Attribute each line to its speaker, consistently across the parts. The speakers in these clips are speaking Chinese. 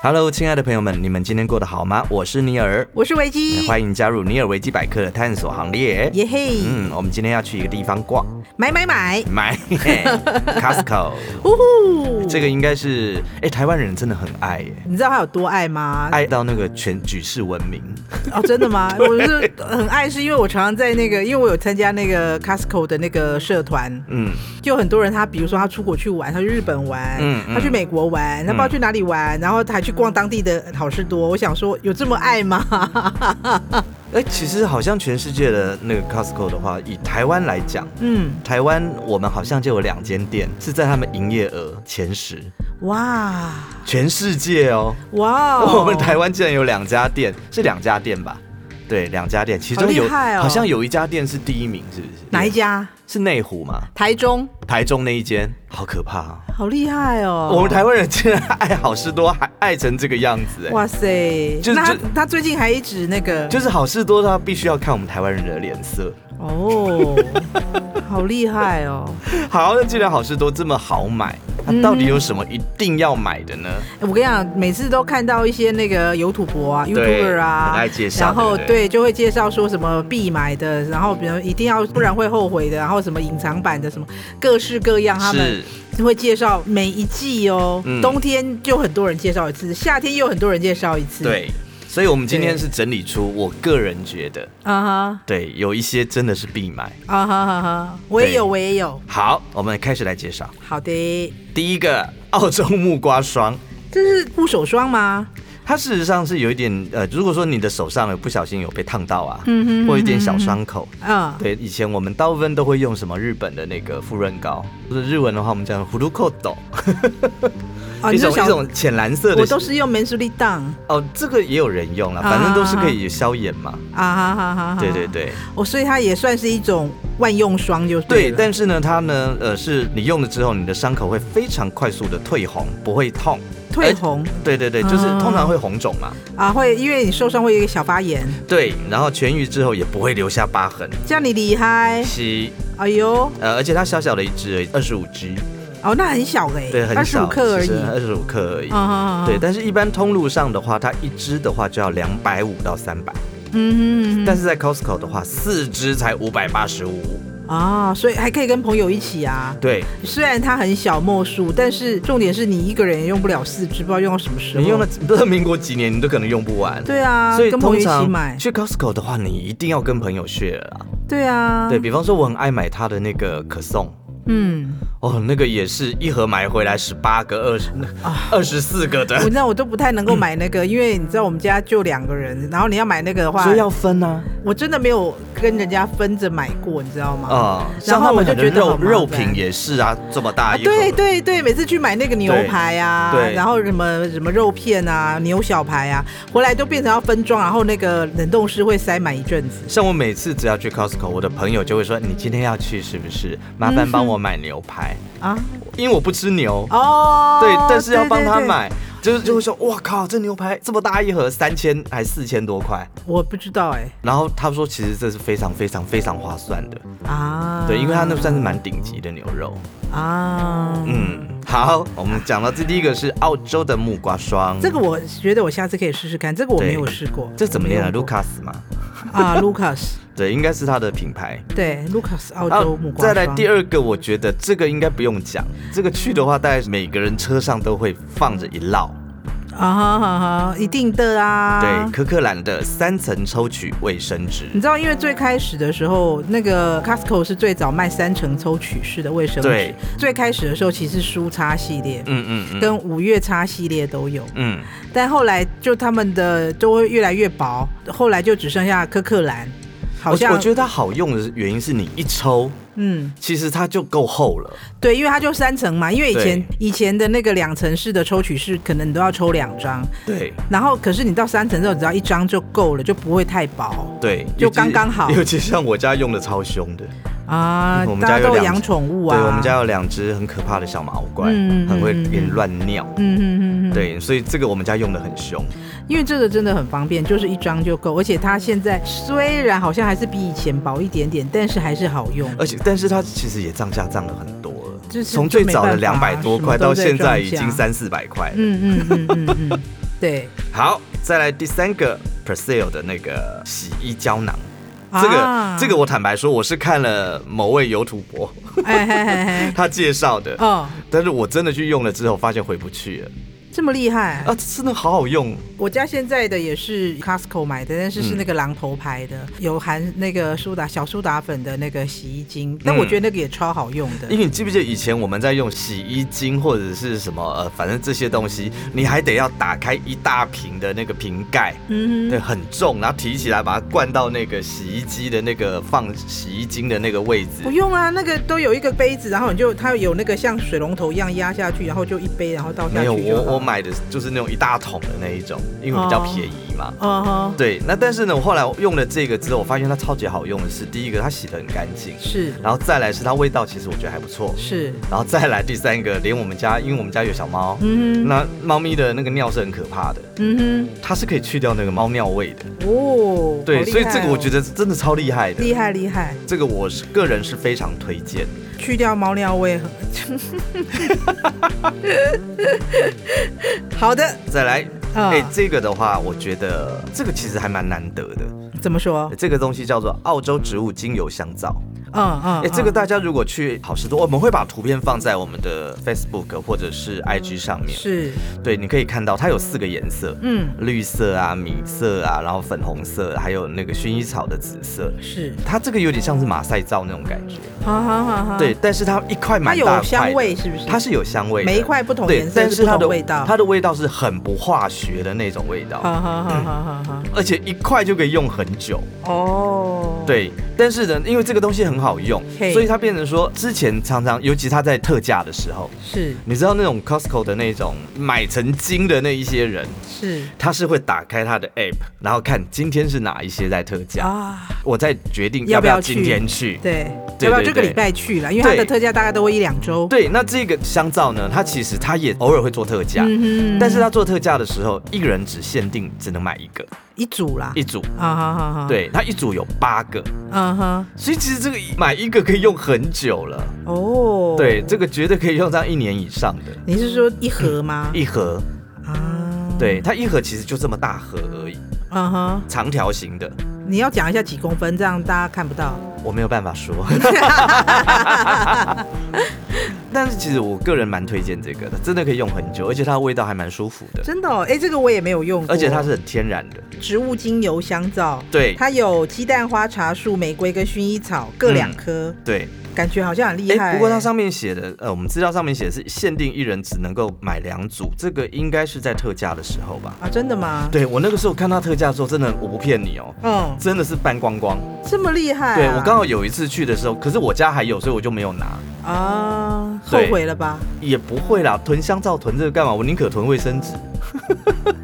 Speaker 1: Hello，亲爱的朋友们，你们今天过得好吗？我是尼尔，
Speaker 2: 我是维基，
Speaker 1: 欢迎加入尼尔维基百科的探索行列。
Speaker 2: 耶嘿，
Speaker 1: 嗯，我们今天要去一个地方逛，
Speaker 2: 买买买，
Speaker 1: 买 Costco，
Speaker 2: 呜呼！
Speaker 1: 这个应该是哎、台湾人真的很爱耶，
Speaker 2: 你知道他有多爱吗？
Speaker 1: 爱到那个全举世闻名。
Speaker 2: 哦，真的 吗？我是很爱，是因为我常常在那个，因为我有参加那个 Costco 的那个社团，
Speaker 1: 嗯，
Speaker 2: 就很多人他比如说他出国去玩，他去日本玩，
Speaker 1: 嗯嗯
Speaker 2: 他去美国玩，他不知道去哪里玩，然后还去逛当地的好事多。我想说，有这么爱 吗？
Speaker 1: 哎、其实好像全世界的那个 Costco 的话，以台湾来讲。
Speaker 2: 嗯，
Speaker 1: 台湾我们好像就有两间店是在他们营业额前十，
Speaker 2: 哇
Speaker 1: 全世界哦。
Speaker 2: 哇哦，
Speaker 1: 我们台湾竟然有两家店，是两家店吧？对，两家店，其中
Speaker 2: 好厉
Speaker 1: 有
Speaker 2: 害哦
Speaker 1: 像有一家店是第一名，是不是？
Speaker 2: 哪一？家？
Speaker 1: 是内湖嘛，
Speaker 2: 台中，
Speaker 1: 台中那一间，好可怕、啊！
Speaker 2: 好厉害哦！
Speaker 1: 我们台湾人竟然爱好事多，还爱成这个样子、哎，
Speaker 2: 哇塞，
Speaker 1: 就
Speaker 2: 那他
Speaker 1: 就
Speaker 2: 他最近还一直那个，
Speaker 1: 就是好事多，他必须要看我们台湾人的脸色。
Speaker 2: 哦，好厉害哦！
Speaker 1: 好，那既然好事多这么好买，它到底有什么一定要买的呢？
Speaker 2: 哎我跟你讲，每次都看到一些那个有土博啊、YouTuber 啊，
Speaker 1: 很爱介绍
Speaker 2: 然后
Speaker 1: 对不对
Speaker 2: 对就会介绍说什么必买的，然后比如一定要不然会后悔的，然后什么隐藏版的，什么各式各样，他们
Speaker 1: 是
Speaker 2: 会介绍每一季哦。
Speaker 1: 嗯
Speaker 2: 冬天就很多人介绍一次，夏天又很多人介绍一次。，
Speaker 1: 对，所以我们今天
Speaker 2: 对
Speaker 1: 是整理出我个人觉得，
Speaker 2: 啊哈
Speaker 1: 对，有一些真的是必买。
Speaker 2: 啊哈哈哈，我也
Speaker 1: 对
Speaker 2: 有，我也有。
Speaker 1: 好，我们开始来介绍。
Speaker 2: 好的，
Speaker 1: 第一个，澳洲木瓜霜，
Speaker 2: 这是护手霜吗？
Speaker 1: 它事实上是有一点呃，如果说你的手上有不小心有被烫到啊，
Speaker 2: 嗯哼
Speaker 1: 或有一点小伤口。
Speaker 2: 嗯，
Speaker 1: 对，以前我们大部分都会用什么日本的那个富润膏，就是日文的话，我们讲 h u r u k o d
Speaker 2: 哦，
Speaker 1: 一
Speaker 2: 你
Speaker 1: 种
Speaker 2: 是
Speaker 1: 一
Speaker 2: 想，
Speaker 1: 种浅蓝色
Speaker 2: 我
Speaker 1: 的
Speaker 2: 都是用 m e n s u l i d o n
Speaker 1: 哦，这个也有人用了，反正都是可以消炎嘛。
Speaker 2: 啊哈哈哈哈！
Speaker 1: 对对，对
Speaker 2: 哦，所以它也算是一种万用霜就
Speaker 1: 对，
Speaker 2: 了
Speaker 1: 但是呢，它呢，呃，是你用了之后，你的伤口会非常快速的退红，不会痛。
Speaker 2: 退红
Speaker 1: 对对对，就是
Speaker 2: 啊
Speaker 1: 通常会红肿嘛。
Speaker 2: 啊，会因为你受伤会有一个小发炎，
Speaker 1: 对，然后痊愈之后也不会留下疤痕。
Speaker 2: 这样你厉害，
Speaker 1: 吸，
Speaker 2: 哎呦，
Speaker 1: 呃，而且它小小的一支，二十五 G，
Speaker 2: 哦，那很小哎、欸，
Speaker 1: 对，很
Speaker 2: 二十
Speaker 1: 少，
Speaker 2: 五克而已，
Speaker 1: 二十五克而已。
Speaker 2: 啊
Speaker 1: 对，，但是一般通路上的话，它一支的话就要两百五到三百，
Speaker 2: 嗯嗯，
Speaker 1: 但是在 Costco 的话，四支才五百八十五。
Speaker 2: 啊，所以还可以跟朋友一起啊。
Speaker 1: 对，
Speaker 2: 虽然它很小墨数，但是重点是你一个人也用不了四支，不知道用到什么时候。
Speaker 1: 你用了不知道民国几年，你都可能用不完。
Speaker 2: 对啊，
Speaker 1: 所以
Speaker 2: 跟朋友
Speaker 1: 通
Speaker 2: 一起
Speaker 1: 常
Speaker 2: 买。
Speaker 1: 去 Costco 的话，你一定要跟朋友 share 啦。
Speaker 2: 对啊，
Speaker 1: 对，比方说，我很爱买它的那个可颂，
Speaker 2: 嗯，
Speaker 1: 哦，那个也是一盒买回来十八个、二十、二十四个的
Speaker 2: 啊我，知道我都不太能够买那个，因为你知道我们家就两个人，然后你要买那个的话，
Speaker 1: 所以要分啊。
Speaker 2: 我真的没有跟人家分着买过，你知道吗？
Speaker 1: 啊、
Speaker 2: 然
Speaker 1: 像他
Speaker 2: 后我
Speaker 1: 们
Speaker 2: 就
Speaker 1: 很多
Speaker 2: 觉得
Speaker 1: 肉
Speaker 2: 好麻烦
Speaker 1: 肉品也是啊，这么大
Speaker 2: 啊
Speaker 1: 一盒，
Speaker 2: 对对对，每次去买那个牛排啊
Speaker 1: 对对，
Speaker 2: 然后什么什么肉片啊、牛小排啊，回来都变成要分装，然后那个冷冻室会塞满一阵子。
Speaker 1: 像我每次只要去 Costco，我的朋友就会说：“你今天要去是不是？麻
Speaker 2: 嗯
Speaker 1: 烦
Speaker 2: 哼
Speaker 1: 帮我买牛排，
Speaker 2: 啊，
Speaker 1: 因为我不吃牛。
Speaker 2: 哦，
Speaker 1: 对，但是要帮他
Speaker 2: 对。对对
Speaker 1: 买，就是就会说：“哇靠，这牛排这么大一盒，三千还四千多块。
Speaker 2: 我不知道哎、”
Speaker 1: 然后他说：“其实这是非常非常非常划算的，
Speaker 2: 啊，
Speaker 1: 对，因为他那算是蛮顶级的牛肉。”
Speaker 2: 啊，嗯，
Speaker 1: 嗯，好，我们讲到这第一个是澳洲的木瓜霜，
Speaker 2: 这个我觉得我下次可以试试看，这个我
Speaker 1: 对
Speaker 2: 没有试过。
Speaker 1: 这怎么念啊
Speaker 2: 我没有用过
Speaker 1: ？Lucas 嘛，
Speaker 2: 啊，Lucas，
Speaker 1: 对，应该是它的品牌。
Speaker 2: 对，Lucas 澳
Speaker 1: 然
Speaker 2: 洲
Speaker 1: 后
Speaker 2: 木瓜
Speaker 1: 啊再
Speaker 2: 霜。
Speaker 1: 来第二个，我觉得这个应该不用讲，这个去的话，大概每个人车上都会放着一烙，
Speaker 2: 啊哈哈哈，一定的啊。
Speaker 1: 对，可可兰的三层抽取卫生纸，
Speaker 2: 你知道，因为最开始的时候，那个 Costco 是最早卖三层抽取式的卫生
Speaker 1: 对
Speaker 2: 纸。最开始的时候，其实舒擦系列。
Speaker 1: 嗯嗯嗯
Speaker 2: 跟五月擦系列都有，
Speaker 1: 嗯，
Speaker 2: 但后来就他们的都会越来越薄，后来就只剩下科克兰，好像
Speaker 1: 我我觉得它好用的原因是你一抽，
Speaker 2: 嗯，
Speaker 1: 其实它就够厚了，
Speaker 2: 对，因为它就三层嘛，因为以前
Speaker 1: 对
Speaker 2: 以前的那个两层式的抽取式，可能你都要抽两张，
Speaker 1: 对
Speaker 2: 然后可是你到三层之后，只要一张就够了，就不会太薄
Speaker 1: 对，
Speaker 2: 就
Speaker 1: 尤其
Speaker 2: 刚刚好
Speaker 1: 尤其像我家用的超凶的，
Speaker 2: 啊
Speaker 1: 嗯我。们
Speaker 2: 大
Speaker 1: 家
Speaker 2: 家
Speaker 1: 有
Speaker 2: 都有
Speaker 1: 两
Speaker 2: 养宠物啊，
Speaker 1: 对，我们家有两只很可怕的小毛怪，
Speaker 2: 嗯嗯嗯
Speaker 1: 很会给你乱尿。
Speaker 2: 嗯嗯嗯嗯，
Speaker 1: 对，所以这个我们家用的很凶，
Speaker 2: 因为这个真的很方便，就是一张就够，而且它现在虽然好像还是比以前薄一点点，但是还是好用。
Speaker 1: 而且但是它其实也涨价涨了很多了，
Speaker 2: 就是
Speaker 1: 从最早的
Speaker 2: 就没
Speaker 1: 两
Speaker 2: 办法
Speaker 1: 百多块
Speaker 2: 什么
Speaker 1: 到
Speaker 2: 都在
Speaker 1: 现在已
Speaker 2: 涨价
Speaker 1: 经三四百块了。
Speaker 2: 嗯嗯嗯嗯嗯，对，
Speaker 1: 好，再来第三个 Persil 的那个洗衣胶囊。这个、
Speaker 2: 啊
Speaker 1: 这个，我坦白说，我是看了某位油土博
Speaker 2: 哎嘿嘿 嘿，
Speaker 1: 他介绍 的，
Speaker 2: 哦，
Speaker 1: 但是我真的去用了之后，发现回不去了
Speaker 2: 这么厉害、
Speaker 1: 啊！这真的好好用，
Speaker 2: 我家现在的也是 Costco 买的，但是是那个狼头牌的，有含那个苏打小苏打粉的那个洗衣精，但我觉得那个也超好用的。
Speaker 1: 因为你记不记得以前我们在用洗衣精或者是什么呃，反正这些东西，你还得要打开一大瓶的那个瓶盖，
Speaker 2: 嗯
Speaker 1: 对，
Speaker 2: 哼，
Speaker 1: 很重，然后提起来把它灌到那个洗衣机的那个放洗衣精的那个位置
Speaker 2: 不。用啊，那个都有一个杯子，然后你就它有那个像水龙头一样压下去，然后就一杯，然后倒下
Speaker 1: 没有，
Speaker 2: 去就
Speaker 1: 我
Speaker 2: 好
Speaker 1: 我，买的就是那种一大桶的那一种，因为比较
Speaker 2: 哦
Speaker 1: 便宜嘛。
Speaker 2: 哦吼，
Speaker 1: 对，那但是呢，我后来用了这个之后，我发现它超级好用的是，第一个它洗得很干净，
Speaker 2: 是
Speaker 1: 然后再来是它味道其实我觉得还不错，
Speaker 2: 是，
Speaker 1: 然后再来第三个，连我们家，因为我们家有小猫，
Speaker 2: 嗯哼，
Speaker 1: 那猫咪的那个尿是很可怕的，
Speaker 2: 嗯
Speaker 1: 它是可以去掉那个猫尿味的，
Speaker 2: 哼，哦，
Speaker 1: 对，
Speaker 2: 好厉
Speaker 1: 所以
Speaker 2: 害
Speaker 1: 这个我
Speaker 2: 哦
Speaker 1: 觉得真的超厉害的，
Speaker 2: 厉害厉害，
Speaker 1: 这个我是个人是非常推荐。
Speaker 2: 去掉猫尿味。 好的，
Speaker 1: 再来，
Speaker 2: 啊
Speaker 1: 哎、这个的话，我觉得这个其实还蛮难得的，
Speaker 2: 怎么说？
Speaker 1: 这个东西叫做澳洲植物精油香皂。
Speaker 2: 嗯嗯，
Speaker 1: 哎、这个
Speaker 2: 嗯
Speaker 1: 大家如果去好事多，我们会把图片放在我们的 Facebook 或者是 IG 上面。
Speaker 2: 嗯是，
Speaker 1: 对，你可以看到它有四个颜色，
Speaker 2: 嗯，
Speaker 1: 绿色啊、米色啊，然后粉红色，还有那个薰衣草的紫色。
Speaker 2: 是，
Speaker 1: 它这个有点像是马赛皂那种感觉，
Speaker 2: 好好好好，
Speaker 1: 对，，但是它一块
Speaker 2: 嗯它
Speaker 1: 蛮大块
Speaker 2: 有
Speaker 1: 的
Speaker 2: 香味，是不是？
Speaker 1: 它是有香味的，
Speaker 2: 每一块不同
Speaker 1: 对
Speaker 2: 颜，色
Speaker 1: 但
Speaker 2: 是
Speaker 1: 是
Speaker 2: 不
Speaker 1: 它
Speaker 2: 同
Speaker 1: 的
Speaker 2: 味道。
Speaker 1: 它的味道是很不化学的那种味道，
Speaker 2: 好好好好好好，
Speaker 1: 而且一块就可以用很久。
Speaker 2: 哦，，
Speaker 1: 对，但是呢，因为这个东西很好用
Speaker 2: 嘿，
Speaker 1: 所以它变成说，之前常常，尤其它在特价的时候，
Speaker 2: 是
Speaker 1: 你知道那种 Costco 的那种买成精的那一些人，
Speaker 2: 是
Speaker 1: 他是会打开他的 App，然后看今天是哪一些在特价，
Speaker 2: 啊，
Speaker 1: 我再决定
Speaker 2: 要
Speaker 1: 要
Speaker 2: 不
Speaker 1: 不
Speaker 2: 要
Speaker 1: 要今天去。
Speaker 2: 对，
Speaker 1: 对
Speaker 2: 要不要
Speaker 1: 对
Speaker 2: 这个
Speaker 1: 对
Speaker 2: 礼拜去了？因为它的
Speaker 1: 对
Speaker 2: 特价大概都会一两周。
Speaker 1: 对，那这个香皂呢，它其实它也偶尔会做特价，
Speaker 2: 嗯哼
Speaker 1: 但是它做特价的时候，一个人只限定只能买一个
Speaker 2: 一组啦，
Speaker 1: 一组，
Speaker 2: 啊好好好，，
Speaker 1: 对，它一组有八个，
Speaker 2: 嗯哼，
Speaker 1: 所以其实这个买一个可以用很久了。
Speaker 2: 哦，
Speaker 1: 对，这个绝对可以用到一年以上的
Speaker 2: 你是说一盒吗？
Speaker 1: 嗯一盒。
Speaker 2: 啊，
Speaker 1: 对，，它一盒其实就这么大盒而已，
Speaker 2: 嗯哼，
Speaker 1: 长条形的，
Speaker 2: 你要讲一下几公分，这样大家看不到。
Speaker 1: 我没有办法说。 但是其实我个人蛮推荐这个的，真的可以用很久，而且它的味道还蛮舒服的，
Speaker 2: 真的、哦，哎、这个我也没有用过。
Speaker 1: 而且它是很天然的。
Speaker 2: 植物精油香皂，
Speaker 1: 对
Speaker 2: 它有鸡蛋花茶树、玫瑰跟薰衣草各两颗，
Speaker 1: 对，
Speaker 2: 感觉好像很厉害、
Speaker 1: 哎，嗯不过它上面写的，呃，我们资料上面写的是限定一人只能够买两组，这个应该是在特价的时候吧？
Speaker 2: 啊，真的吗？，
Speaker 1: 对我那个时候看它特价的时候，真的我不骗你哦，
Speaker 2: 嗯，
Speaker 1: 真的是搬光光。
Speaker 2: 这么厉害啊、
Speaker 1: 对我刚好有一次去的时候，可是我家还有，所以我就没有拿。
Speaker 2: 啊，后
Speaker 1: 对
Speaker 2: 悔了吧？
Speaker 1: 也不会啦，囤香皂囤这个干嘛？我宁可囤卫生纸。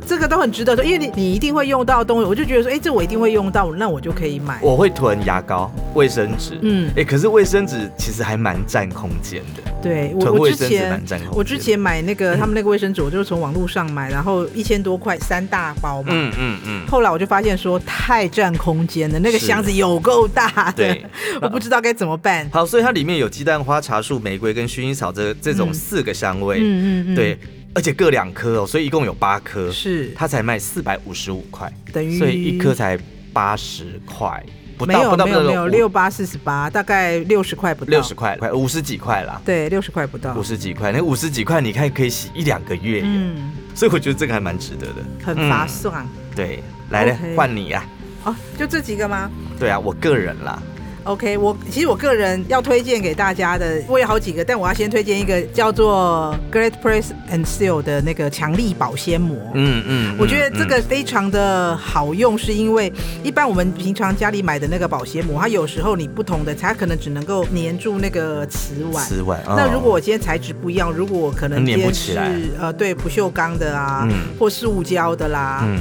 Speaker 2: 这个都很值得说，因为你你一定会用到的东西，我就觉得说，哎、这我一定会用到，那我就可以买。
Speaker 1: 我会囤牙膏、卫生纸。
Speaker 2: 哎嗯
Speaker 1: 哎、可是卫生纸其实还蛮占空间的。
Speaker 2: 对我
Speaker 1: 囤
Speaker 2: 我
Speaker 1: 卫
Speaker 2: 之
Speaker 1: 生纸
Speaker 2: 前
Speaker 1: 蛮占空间
Speaker 2: 我之前买
Speaker 1: 嗯
Speaker 2: 那个他们那个卫生纸，我就是从网络上买，然后一千多块三大包嘛。
Speaker 1: 嗯嗯嗯，
Speaker 2: 后来我就发现说太占空间了，那个
Speaker 1: 是
Speaker 2: 箱子有够大的，
Speaker 1: 对
Speaker 2: 我不知道该怎么办。
Speaker 1: 好，所以它里面有鸡蛋花、茶树、玫瑰跟薰衣草这这种
Speaker 2: 嗯
Speaker 1: 四个香味。
Speaker 2: 嗯嗯嗯，
Speaker 1: 对，，而且各两颗哦，所以一共有八颗。
Speaker 2: 是
Speaker 1: 它才卖四百五十五块，
Speaker 2: 等于
Speaker 1: 所以一颗才八十块，不
Speaker 2: 没
Speaker 1: 到
Speaker 2: 有
Speaker 1: 不到
Speaker 2: 没有没有六
Speaker 1: 六
Speaker 2: 八四十八，大概六十块不到，
Speaker 1: 六十块，快五十几块啦。
Speaker 2: 对六十块不到
Speaker 1: 五，十几块，那五十几块，你看可以洗一两个月耶，
Speaker 2: 嗯，
Speaker 1: 所以我觉得这个还蛮值得的，
Speaker 2: 很划
Speaker 1: 嗯
Speaker 2: 算
Speaker 1: 对，来了
Speaker 2: OK
Speaker 1: 换你啊，
Speaker 2: 哦，就这几个吗？
Speaker 1: 对啊，我个人啦，
Speaker 2: OK，我其实我个人要推荐给大家的，我有好几个，但我要先推荐一个叫做 Great Press and Seal 的那个强力保鲜膜。
Speaker 1: 嗯嗯，
Speaker 2: 我觉得
Speaker 1: 嗯
Speaker 2: 这个非常的好用，是因为一般我们平常家里买的那个保鲜膜，它有时候你不同的，它可能只能够粘住那个瓷碗。
Speaker 1: 瓷碗，
Speaker 2: 那
Speaker 1: 哦
Speaker 2: 如果我今天材质不一样，如果我可能今
Speaker 1: 粘不
Speaker 2: 天
Speaker 1: 起
Speaker 2: 是
Speaker 1: 来
Speaker 2: 呃对不锈钢的啊，
Speaker 1: 嗯
Speaker 2: 或塑胶的啦，
Speaker 1: 嗯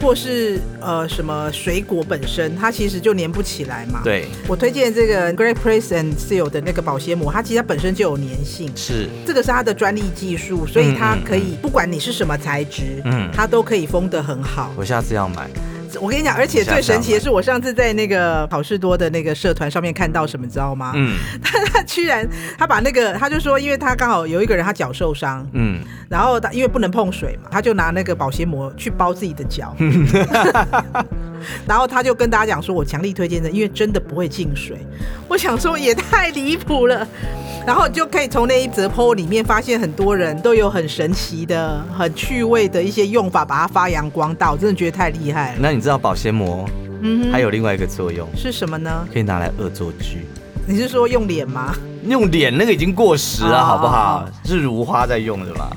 Speaker 2: 或是呃什么水果本身，它其实就粘不起来嘛。。
Speaker 1: 对
Speaker 2: 我推荐这个 Great Place and Seal 的那个保鲜膜，它其实它本身就有粘性，
Speaker 1: 是
Speaker 2: 这个是它的专利技术，所以它
Speaker 1: 嗯嗯
Speaker 2: 可以不管你是什么材质，
Speaker 1: 嗯
Speaker 2: 它都可以封得很好。
Speaker 1: 我下次要买，
Speaker 2: 我跟你讲，而且
Speaker 1: 一下
Speaker 2: 最神奇的
Speaker 1: 上
Speaker 2: 是，我上次在那个好事多的那个社团上面看到什么，你知道吗？
Speaker 1: 嗯
Speaker 2: 他他 居然他把那个，他就说，因为他刚好有一个人他脚受伤，
Speaker 1: 嗯，
Speaker 2: 然后他因为不能碰水嘛，他就拿那个保鲜膜去包自己的 脚，然后他就跟大家讲说，我强力推荐的，因为真的不会进水。我想说也太离谱了。 然后你就可以从那一则 PO 里面发现，很多人都有很神奇的、很趣味的一些用法，把它发扬光大。我真的觉得太厉害了。
Speaker 1: 那你知道保鲜膜
Speaker 2: 嗯哼，
Speaker 1: 还有另外一个作用，
Speaker 2: 是什么呢？
Speaker 1: 可以拿来恶作剧。
Speaker 2: 你是说用脸 吗？
Speaker 1: 用脸那个已经过时了，
Speaker 2: 哦
Speaker 1: 好不好？是如花在用的嘛？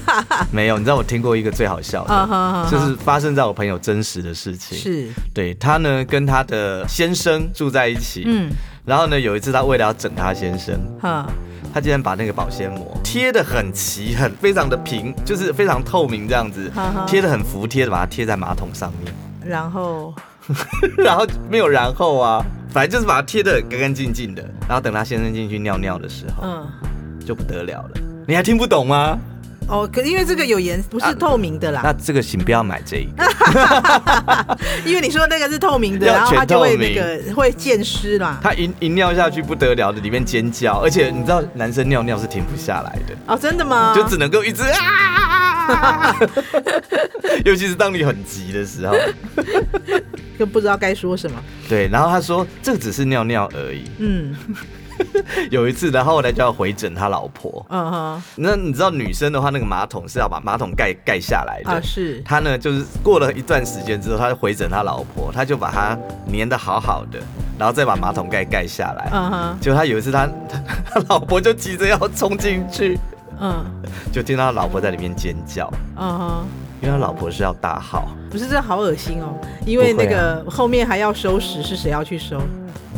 Speaker 1: 没有，你知道我听过一个最好笑
Speaker 2: 啊
Speaker 1: 的，
Speaker 2: 哈哈哈
Speaker 1: 就是发生在我朋友真实的事情。
Speaker 2: 是，
Speaker 1: 对她呢，跟她的先生住在一起，
Speaker 2: 嗯，
Speaker 1: 然后呢，有一次她为了要整她先生，
Speaker 2: 哈，
Speaker 1: 她竟然把那个保鲜膜贴得很齐，很非常的平，就是非常透明这样子
Speaker 2: 哈哈，
Speaker 1: 贴得很服帖的把它贴在马桶上面，
Speaker 2: 然后
Speaker 1: 然后没有然后啊，反正就是把它贴得干干净净的，然后等她先生进去尿尿的时候
Speaker 2: 嗯，
Speaker 1: 就不得了了，你还听不懂吗？
Speaker 2: 哦，可因为这个有颜不是
Speaker 1: 啊
Speaker 2: 透明的啦，
Speaker 1: 那这个请不要买这一个，
Speaker 2: 因为你说那个是透明的，
Speaker 1: 要
Speaker 2: 然后它
Speaker 1: 全
Speaker 2: 就会
Speaker 1: 透明
Speaker 2: 那个会溅湿啦。
Speaker 1: 他一一尿下去不得了的，里面尖叫，而且你知道男生尿尿是停不下来的。
Speaker 2: 哦，真的吗？
Speaker 1: 就只能够一直啊，尤其是当你很急的时候。
Speaker 2: 就不知道该说什么。
Speaker 1: 对，然后他说这只是尿尿而已。
Speaker 2: 嗯
Speaker 1: 有一次，然后后来就要回诊他老婆。
Speaker 2: 嗯哼
Speaker 1: 那你知道女生的话，那个马桶是要把马桶盖盖下来的。
Speaker 2: 啊是
Speaker 1: 他呢，就是过了一段时间之后，他就回诊他老婆，他就把它粘的好好的，然后再把马桶盖盖下来。
Speaker 2: 嗯哼
Speaker 1: 结果他有一次他， 他他老婆就急着要冲进去，
Speaker 2: 嗯
Speaker 1: 就听到他老婆在里面尖叫，
Speaker 2: 嗯哼，
Speaker 1: 因为他老婆是要大号。
Speaker 2: 不是这好恶心哦，因为
Speaker 1: 不
Speaker 2: 那
Speaker 1: 会啊
Speaker 2: 个后面还要收拾，是谁要去收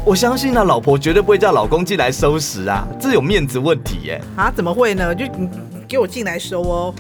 Speaker 1: 我相信啊，老婆绝对不会叫老公进来收拾啊，这有面子问题 耶、
Speaker 2: 啊？怎么会呢？就你你给我进来收哦，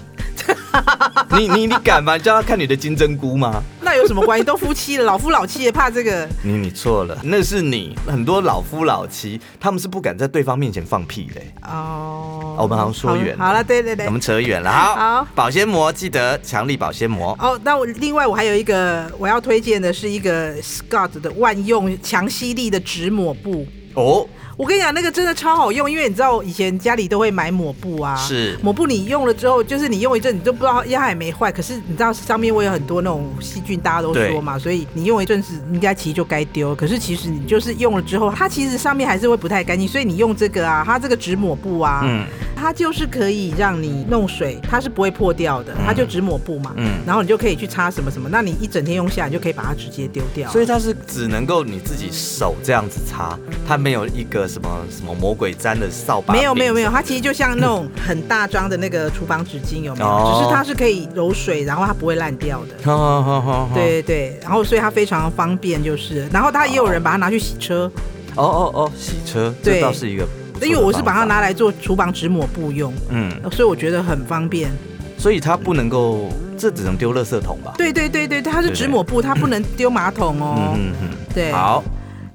Speaker 1: 你你你敢吗？叫他看你的金针菇吗？
Speaker 2: 那有什么关系？都夫妻了，老夫老妻也怕这个。
Speaker 1: 你你错了，那是你。很多老夫老妻，他们是不敢在对方面前放屁嘞、
Speaker 2: 哦，
Speaker 1: 我们好像说远了
Speaker 2: 好了，对对对
Speaker 1: 我。们扯远了，好，
Speaker 2: 好
Speaker 1: 保鲜膜记得强力保鲜膜。
Speaker 2: 哦，那我另外我还有一个我要推荐的是一个 Scott 的万用强吸力的纸抹布。
Speaker 1: 哦，
Speaker 2: 我跟你讲，那个真的超好用，因为你知道以前家里都会买抹布啊，
Speaker 1: 是
Speaker 2: 抹布你用了之后，就是你用一阵你都不知道它也没坏，可是你知道上面会有很多那种细菌，大家都说嘛，所以你用一阵子应该其实就该丢，可是其实你就是用了之后，它其实上面还是会不太干净，所以你用这个啊，它这个纸抹布啊，
Speaker 1: 嗯，
Speaker 2: 它就是可以让你弄水，它是不会破掉的，它就只抹布嘛，
Speaker 1: 嗯
Speaker 2: 然后你就可以去擦什么什么，那你一整天用下来，你就可以把它直接丢掉。
Speaker 1: 所以它是只能够你自己手这样子擦，它没有一个什么什么魔鬼粘的扫把柄
Speaker 2: 没
Speaker 1: 什
Speaker 2: 有
Speaker 1: 么的。
Speaker 2: 没有没有，它其实就像那种很大张的那个厨房纸巾，有没有？
Speaker 1: 哦
Speaker 2: 只是它是可以揉水，然后它不会烂掉的。
Speaker 1: 好，好好好好，
Speaker 2: 对对对，然后所以它非常方便，就是了，然后它也有人把它拿去洗车，
Speaker 1: 哦哦哦，洗车，
Speaker 2: 对
Speaker 1: 这倒是一个不错的方法。
Speaker 2: 因为我是把它拿来做厨房纸抹布用，
Speaker 1: 嗯。
Speaker 2: 所以我觉得很方便。
Speaker 1: 所以它不能够，这只能丢垃圾桶吧？
Speaker 2: 对哦对对对，对它是纸抹布，它不能丢马桶哦。
Speaker 1: 嗯嗯
Speaker 2: 对，
Speaker 1: 嗯，好，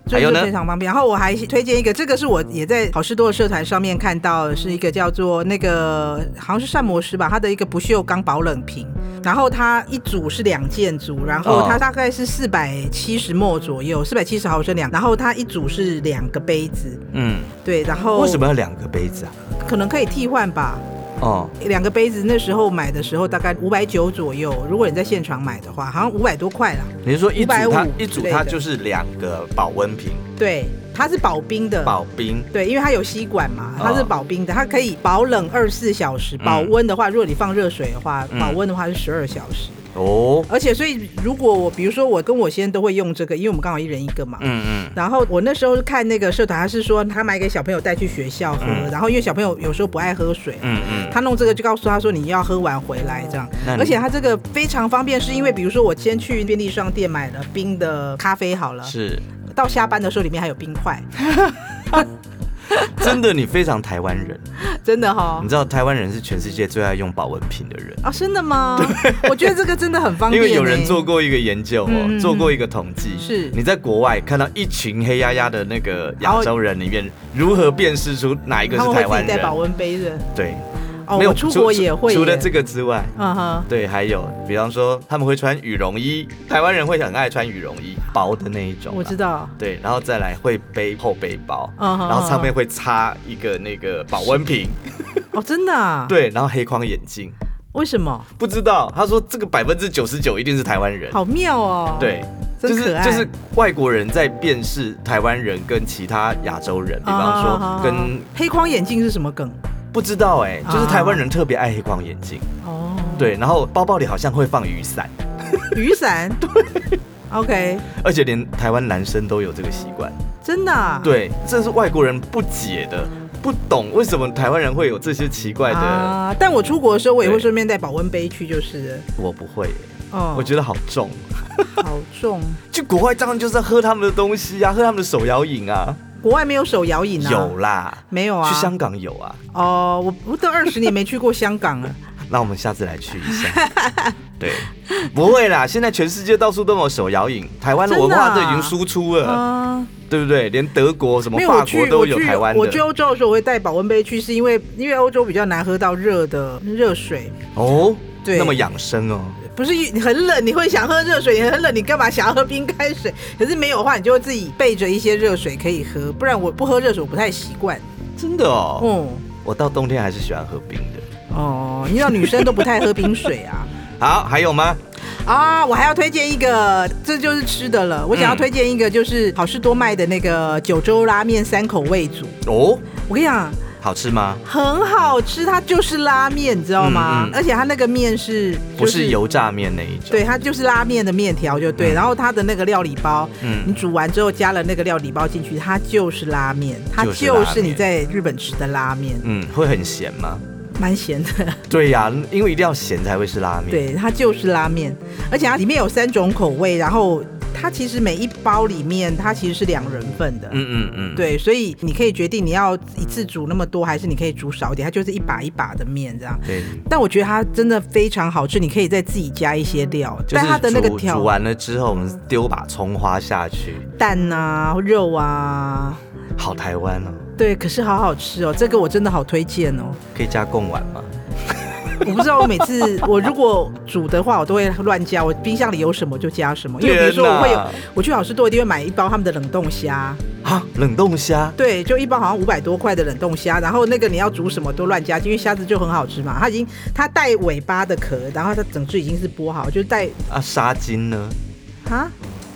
Speaker 2: 就
Speaker 1: 还有
Speaker 2: 是
Speaker 1: 呢
Speaker 2: 非常方便。然后我还推荐一个，这个是我也在好事多的社团上面看到的，是一个叫做那个好像是膳魔师吧，它的一个不锈钢保冷瓶。然后它一组是两件组，然后它
Speaker 1: 哦
Speaker 2: 大概是四百七十沫左右，四百七十毫升两。然后它一组是两个杯子，
Speaker 1: 嗯，
Speaker 2: 对，然后
Speaker 1: 为什么要两个杯子啊？
Speaker 2: 可能可以替换吧？
Speaker 1: 哦，
Speaker 2: 两个杯子那时候买的时候大概五百九左右，如果你在现场买的话，好像五百多块啦。
Speaker 1: 你是说一组
Speaker 2: 550
Speaker 1: 它
Speaker 2: 之类的
Speaker 1: 一组它就是两个保温瓶，
Speaker 2: 对，它是保冰的，
Speaker 1: 保冰，
Speaker 2: 对，因为它有吸管嘛，它
Speaker 1: 哦
Speaker 2: 是保冰的，它可以保冷二十四小时。保温的话，如果你放热水的话，
Speaker 1: 嗯
Speaker 2: 保温的话是十二小时。
Speaker 1: 哦，
Speaker 2: 而且，所以如果我比如说我跟我先生都会用这个，因为我们刚好一人一个嘛。
Speaker 1: 嗯嗯，
Speaker 2: 然后我那时候看那个社团，他是说他买给小朋友带去学校喝，
Speaker 1: 嗯
Speaker 2: 然后因为小朋友有时候不爱喝水，
Speaker 1: 嗯嗯
Speaker 2: 他弄这个就告诉他说你要喝完回来这样
Speaker 1: 那，你
Speaker 2: 而且他这个非常方便，是因为比如说我先去便利商店买了冰的咖啡好了，
Speaker 1: 是
Speaker 2: 到下班的时候里面还有冰块，
Speaker 1: 真的，你非常台湾人，
Speaker 2: 真的哈、
Speaker 1: 你知道台湾人是全世界最爱用保温瓶的人。
Speaker 2: 啊，真的吗？我觉得这个真的很方
Speaker 1: 因
Speaker 2: 便、欸
Speaker 1: 为有人做，过一个研究
Speaker 2: 嗯嗯
Speaker 1: 哦，
Speaker 2: 嗯
Speaker 1: 做过一个统计，
Speaker 2: 是
Speaker 1: 你在国外看到一群黑压压的那个亚洲人里面，如何辨识出哪一个
Speaker 2: 嗯他
Speaker 1: 是
Speaker 2: 们会
Speaker 1: 台
Speaker 2: 自
Speaker 1: 湾
Speaker 2: 己带保
Speaker 1: 人？
Speaker 2: 温杯的。
Speaker 1: 对，
Speaker 2: 哦，
Speaker 1: 没有
Speaker 2: 我出
Speaker 1: 除
Speaker 2: 国也会耶。
Speaker 1: 除了这个之外，
Speaker 2: 嗯哼，
Speaker 1: 对，还有比方说他们会穿羽绒衣，台湾人会很爱穿羽绒衣，薄的那一种啦。啊
Speaker 2: 我知道。
Speaker 1: 对，然后再来会背后背包，
Speaker 2: 嗯哼
Speaker 1: 然后上面会插一个那个保温瓶，
Speaker 2: 哦，真的、啊？，
Speaker 1: 对，然后黑框眼镜，
Speaker 2: 为什么？
Speaker 1: 不知道他说这个百分之九十九一定是台湾人，
Speaker 2: 好妙哦。，
Speaker 1: 对，
Speaker 2: 真
Speaker 1: 就是
Speaker 2: 可爱
Speaker 1: 就是外国人在辨识台湾人跟其他亚洲人，
Speaker 2: 啊
Speaker 1: 比方说跟
Speaker 2: 黑框眼镜是什么梗？
Speaker 1: 不知道哎、
Speaker 2: 啊
Speaker 1: 就是台湾人特别爱黑框眼镜，
Speaker 2: 哦，，
Speaker 1: 对，然后包包里好像会放雨伞，
Speaker 2: 雨伞。对。OK，
Speaker 1: 而且连台湾男生都有这个习惯，
Speaker 2: 真的、啊。。
Speaker 1: 对，这是外国人不解的，不懂为什么台湾人会有这些奇怪的，
Speaker 2: 啊！但我出国的时候，我也会
Speaker 1: 对
Speaker 2: 顺便带保温杯去，就是了。
Speaker 1: 我不会耶、
Speaker 2: 哦，
Speaker 1: 我觉得好重。
Speaker 2: 得好重。
Speaker 1: 去国外当然就是要喝他们的东西啊，喝他们的手摇饮啊，
Speaker 2: 国外没有手摇饮啊？
Speaker 1: 有啦，
Speaker 2: 没有啊？
Speaker 1: 去香港有啊，
Speaker 2: 哦，我我都二十年没去过香港了。
Speaker 1: 那我们下次来去一下。 对，不会啦，现在全世界到处都有手摇饮，台湾的文化都已经输出了，
Speaker 2: 啊、
Speaker 1: 对不对？连德国什么
Speaker 2: 没有，
Speaker 1: 法
Speaker 2: 我
Speaker 1: 国
Speaker 2: 去
Speaker 1: 都
Speaker 2: 我
Speaker 1: 有
Speaker 2: 去
Speaker 1: 台湾
Speaker 2: 我去
Speaker 1: 的
Speaker 2: 欧洲的时候，我会带保温杯去，是因为因为欧洲比较难喝到热的热水，
Speaker 1: 哦，
Speaker 2: 对
Speaker 1: 那么养生哦，
Speaker 2: 不是一很冷，你会想喝热水，你很冷，你干嘛想要喝冰开水？可是没有的话，你就会自己备着一些热水可以喝，不然我不喝热水我不太习惯。
Speaker 1: 真的哦。
Speaker 2: 哦、
Speaker 1: 我到冬天还是喜欢喝冰的。
Speaker 2: 哦，你知道女生都不太喝冰水啊。
Speaker 1: 好，还有吗？
Speaker 2: 啊，我还要推荐一个，这就是吃的了。我想要
Speaker 1: 嗯
Speaker 2: 推荐一个，就是好事多卖的那个九州拉面三口味组。
Speaker 1: 哦，
Speaker 2: 我跟你讲，
Speaker 1: 好吃吗？
Speaker 2: 很好吃，它就是拉面，你知道吗？
Speaker 1: 嗯嗯
Speaker 2: 而且它那个面是、
Speaker 1: 不是，油炸面那一种。
Speaker 2: 对，它就是拉面的面条就对。
Speaker 1: 嗯
Speaker 2: 然后它的那个料理包，
Speaker 1: 嗯
Speaker 2: 你煮完之后加了那个料理包进去，它就是拉面，它
Speaker 1: 就是拉
Speaker 2: 就
Speaker 1: 面
Speaker 2: 是你在日本吃的拉面，
Speaker 1: 嗯，会很咸吗？
Speaker 2: 蛮咸的。
Speaker 1: 对呀、因为一定要咸才会是拉面。，
Speaker 2: 对，它就是拉面，而且它里面有三种口味，然后它其实每一包里面它其实是两人份的。
Speaker 1: 嗯嗯嗯，
Speaker 2: 对，所以你可以决定你要一次煮那么多，还是你可以煮少一点。它就是一把一把的面这样。
Speaker 1: 对，
Speaker 2: 但我觉得它真的非常好吃，你可以再自己加一些料，
Speaker 1: 就
Speaker 2: 但它的
Speaker 1: 是
Speaker 2: 那个
Speaker 1: 煮啊
Speaker 2: 调
Speaker 1: 煮完了之后，我们丢把葱花下去，
Speaker 2: 蛋啊、肉啊，
Speaker 1: 好台湾哦。
Speaker 2: 对，可是好好吃哦，这个我真的好推荐 哦。
Speaker 1: 可以加贡丸吗？
Speaker 2: 我不知道我每次我如果煮的话，我都会乱加，我冰箱里有什么就加什么，因为比如
Speaker 1: 天
Speaker 2: 说
Speaker 1: 哪
Speaker 2: 我会有，我去好市多一定会买一包他们的冷冻虾，
Speaker 1: 啊，冷冻虾，
Speaker 2: 对，就一包好像五百多块的冷冻虾，然后那个你要煮什么都乱加，因为虾子就很好吃嘛，它已经它带尾巴的壳，然后它整只已经是剥好，就是带
Speaker 1: 啊，沙筋呢？
Speaker 2: 啊，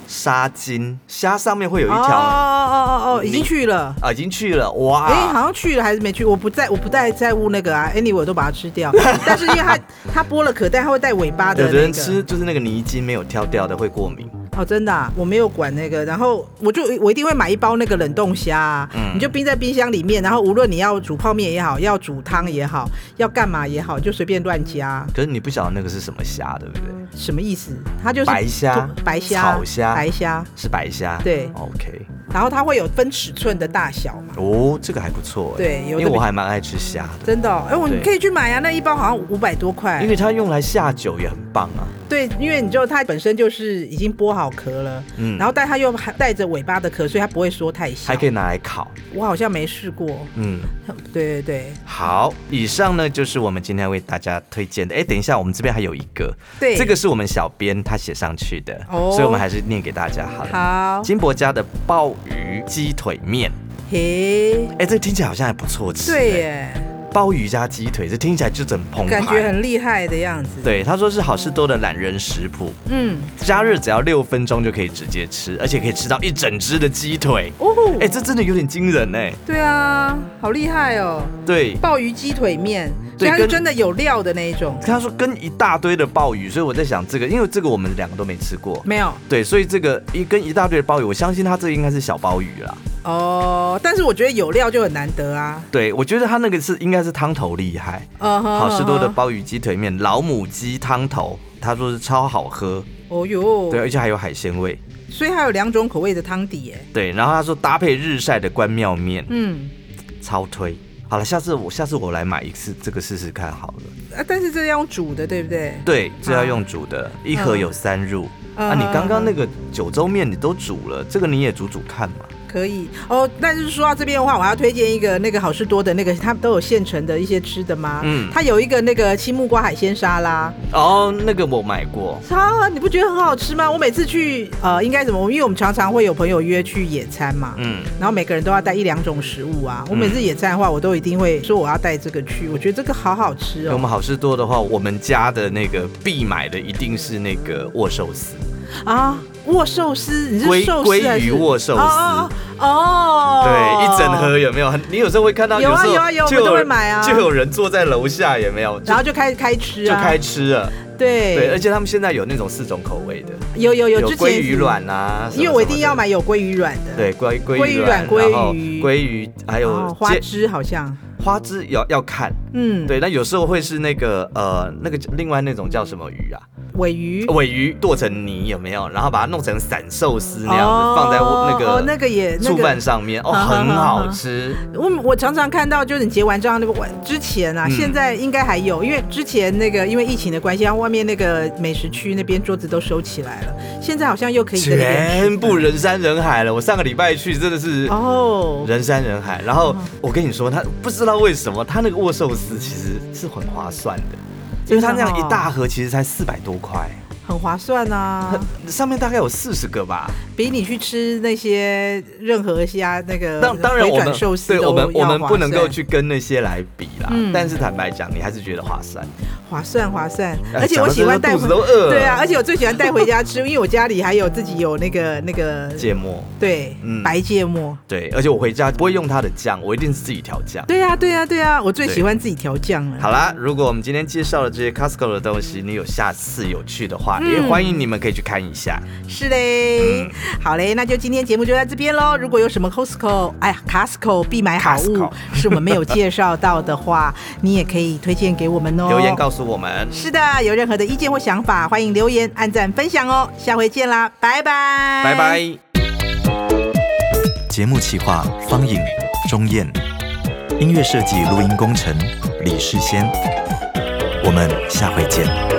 Speaker 1: 沙筋，虾上面会有一
Speaker 2: 哦
Speaker 1: 条、
Speaker 2: 哦哦哦，已经去了。
Speaker 1: 啊，已经去了哇！
Speaker 2: 哎、好像去了还是没去？我不在，我不太在乎那个啊。Anyway，我都把它吃 掉。但是因为它它剥了壳，但它会带尾巴的、
Speaker 1: 有
Speaker 2: 那
Speaker 1: 的
Speaker 2: 个。
Speaker 1: 人吃就是那个泥筋没有挑掉的会过敏，
Speaker 2: 哦，真的、啊，我没有管那个。然后我就我一定会买一包那个冷冻虾、啊，
Speaker 1: 嗯
Speaker 2: 你就冰在冰箱里面。然后无论你要煮泡面也好，要煮汤也好，要干嘛也好，就随便乱加。
Speaker 1: 可是你不晓得那个是什么虾，对不对？
Speaker 2: 什么意思？它就是
Speaker 1: 白虾
Speaker 2: 白虾、
Speaker 1: 草虾
Speaker 2: 白虾。
Speaker 1: 是白虾。
Speaker 2: 对
Speaker 1: ，OK，
Speaker 2: 然后它会有分尺寸的大小嘛？
Speaker 1: 哦，这个还不错哎。
Speaker 2: 对有
Speaker 1: 因
Speaker 2: 的
Speaker 1: 为我
Speaker 2: 比
Speaker 1: 还蛮爱吃虾的，
Speaker 2: 真的、哦，哎、我你
Speaker 1: 对
Speaker 2: 可以去买啊，那一包好像五百多块。
Speaker 1: 因为它用来下酒也很棒啊。
Speaker 2: 对，因为你知道它本身就是已经剥好壳了，
Speaker 1: 嗯
Speaker 2: 然后但它又还带着尾巴的壳，所以它不会缩太小。
Speaker 1: 还可以拿来烤。
Speaker 2: 我好像没试过。
Speaker 1: 嗯，
Speaker 2: 对对对
Speaker 1: 好，以上呢就是我们今天为大家推荐的。哎，等一下，我们这边还有一个，
Speaker 2: 对，
Speaker 1: 这个是我们小编他写上去的，
Speaker 2: 哦
Speaker 1: 所以我们还是念给大家好了。
Speaker 2: 好
Speaker 1: 金伯家的鲍鱼鸡腿面，
Speaker 2: 嘿，
Speaker 1: 哎，这听起来好像还不错吃。
Speaker 2: 对
Speaker 1: 哎，
Speaker 2: 耶，
Speaker 1: 鲍鱼加鸡腿，这听起来就很澎湃。
Speaker 2: 感觉很厉害的样子。，
Speaker 1: 对，他说是好事多的懒人食谱，
Speaker 2: 嗯，
Speaker 1: 加热只要六分钟就可以直接吃，而且可以吃到一整只的鸡腿。
Speaker 2: 哦，
Speaker 1: 哎、这真的有点惊人哎、
Speaker 2: 对啊，好厉害哦，
Speaker 1: 对，
Speaker 2: 鲍鱼鸡腿面，所
Speaker 1: 对
Speaker 2: 以它是
Speaker 1: 跟
Speaker 2: 真的有料的那一种。
Speaker 1: 他说跟一大堆的鲍鱼，所以我在想这个，因为这个我们两个都没吃过。
Speaker 2: 没有
Speaker 1: 对，所以这个一跟一大堆的鲍鱼，我相信它这个应该是小鲍鱼啦。
Speaker 2: 哦，但是我觉得有料就很难得啊。
Speaker 1: 对，我觉得它那个是应该是汤头厉害，
Speaker 2: 嗯哼
Speaker 1: 好事多的
Speaker 2: 嗯哼
Speaker 1: 鲍鱼鸡腿面、老母鸡汤头，他说是超好喝，
Speaker 2: 哦哟，
Speaker 1: 对，而且还有海鲜味。
Speaker 2: 所以它有两种口味的汤底耶。
Speaker 1: 对，然后他说搭配日晒的关庙面，
Speaker 2: 嗯，
Speaker 1: 超推。好了，下次我下次我来买一次这个试试看好了。
Speaker 2: 啊，但是这要煮的，对不对？
Speaker 1: 对，这要用煮的，
Speaker 2: 嗯
Speaker 1: 一盒有三入。啊，你刚刚那个九州面你都煮了，这个你也煮煮看嘛。
Speaker 2: 可可以哦。但是说到这边的话，我还要推荐一个那个好事多的那个，它都有现成的一些吃的吗？
Speaker 1: 嗯
Speaker 2: 它有一个那个青木瓜海鲜沙拉，
Speaker 1: 哦，那个我买过，
Speaker 2: 超你不觉得很好吃吗？我每次去呃，应该怎么？因为我们常常会有朋友约去野餐嘛，
Speaker 1: 嗯，
Speaker 2: 然后每个人都要带一两种食物啊。我每次野餐的话，我都一定会说我要带这个去，我觉得这个好好吃
Speaker 1: 那我
Speaker 2: 哦
Speaker 1: 们好事多的话，我们家的那个必买的一定是那个握寿司，
Speaker 2: 啊！握寿司，你是
Speaker 1: 鲑
Speaker 2: 寿司还
Speaker 1: 鲑
Speaker 2: 是
Speaker 1: 鱼握寿司。
Speaker 2: 哦哦，
Speaker 1: 对，一整盒有没有？你有时候会看到，
Speaker 2: 有啊
Speaker 1: 时候
Speaker 2: 有啊有我
Speaker 1: 就
Speaker 2: 们都会
Speaker 1: 人
Speaker 2: 买啊
Speaker 1: 就有人坐在楼下，有没有？就
Speaker 2: 然后就开开吃
Speaker 1: 就
Speaker 2: 啊，
Speaker 1: 开吃了，
Speaker 2: 对
Speaker 1: 对，而且他们现在有那种四种口味的，
Speaker 2: 有有有之前
Speaker 1: 鲑鱼，卵啊，什么
Speaker 2: 因为我一
Speaker 1: 什
Speaker 2: 定
Speaker 1: 么的
Speaker 2: 要买有鲑鱼卵的，
Speaker 1: 对，鲑
Speaker 2: 鲑
Speaker 1: 鲑
Speaker 2: 鱼
Speaker 1: 鱼卵、
Speaker 2: 卵鲑
Speaker 1: 然后
Speaker 2: 鱼
Speaker 1: 鲑鱼，还有
Speaker 2: 哦，花
Speaker 1: 芥
Speaker 2: 枝好像，
Speaker 1: 花枝要要看，
Speaker 2: 嗯，，
Speaker 1: 对，那有时候会是那个呃那个另外那种叫什么鱼啊，
Speaker 2: 尾鱼
Speaker 1: 尾鱼剁成泥有没有？然后把它弄成散寿司那样子，放在
Speaker 2: 哦
Speaker 1: 我那
Speaker 2: 哦、那
Speaker 1: 个
Speaker 2: 个也那
Speaker 1: 醋
Speaker 2: 个
Speaker 1: 饭，上面，哦，
Speaker 2: 啊哈
Speaker 1: 很
Speaker 2: 哈哈
Speaker 1: 好吃，
Speaker 2: 我我常常看到，就是你结完账那个晚之前啊，
Speaker 1: 嗯
Speaker 2: 现在应该还有，因为之前那个因为疫情的关系，然后外面那个美食区那边桌子都收起来了，现在好像又可以在那边
Speaker 1: 全部人山人海了。我上个礼拜去真的是
Speaker 2: 哦，
Speaker 1: 人山人海，然后我跟你说，他不知道为什么他那个握寿司其实是很划算
Speaker 2: 哦
Speaker 1: 的，因为他那样一大盒其实才四百多块。
Speaker 2: 很划算啊，
Speaker 1: 上面大概有四十个吧。
Speaker 2: 比你去吃那些任何一家那个
Speaker 1: 当当然
Speaker 2: 回
Speaker 1: 我
Speaker 2: 转
Speaker 1: 们
Speaker 2: 寿司
Speaker 1: 对我
Speaker 2: 都
Speaker 1: 们我
Speaker 2: 要
Speaker 1: 们
Speaker 2: 划
Speaker 1: 不能够
Speaker 2: 算
Speaker 1: 去跟那些来比啦。
Speaker 2: 嗯
Speaker 1: 但是坦白讲，你还是觉得划算。
Speaker 2: 划算划算，
Speaker 1: 哎
Speaker 2: 而且我喜欢带
Speaker 1: 讲
Speaker 2: 回
Speaker 1: 得真的肚子都饿了
Speaker 2: 对啊，而且我最喜欢带回家吃，因为我家里还有自己有那个那个
Speaker 1: 芥末
Speaker 2: 对、
Speaker 1: 嗯
Speaker 2: 白芥末。
Speaker 1: 对，而且我回家不会用它的酱，我一定是自己调酱。
Speaker 2: 对啊，对啊，对啊，我最
Speaker 1: 对
Speaker 2: 喜欢自己调酱了。
Speaker 1: 好啦，如果我们今天介绍了这些 Costco 的东西，你有下次有去的话，
Speaker 2: 嗯
Speaker 1: 也欢迎你们可以去看一下。
Speaker 2: 是嘞，
Speaker 1: 嗯
Speaker 2: 好嘞，那就今天节目就到这边喽。如果有什么 Costco，哎呀，Costco 必买好物
Speaker 1: Costco
Speaker 2: 是我们没有介绍到的话， 你也可以推荐给我们哦。
Speaker 1: 留言告诉我们，
Speaker 2: 是的，有任何的意见或想法，欢迎留言、按赞、分享哦。下回见啦，拜拜，
Speaker 1: 拜拜。
Speaker 3: 节目企划方颖、钟燕，音乐设计、录音工程李世先。我们下回见。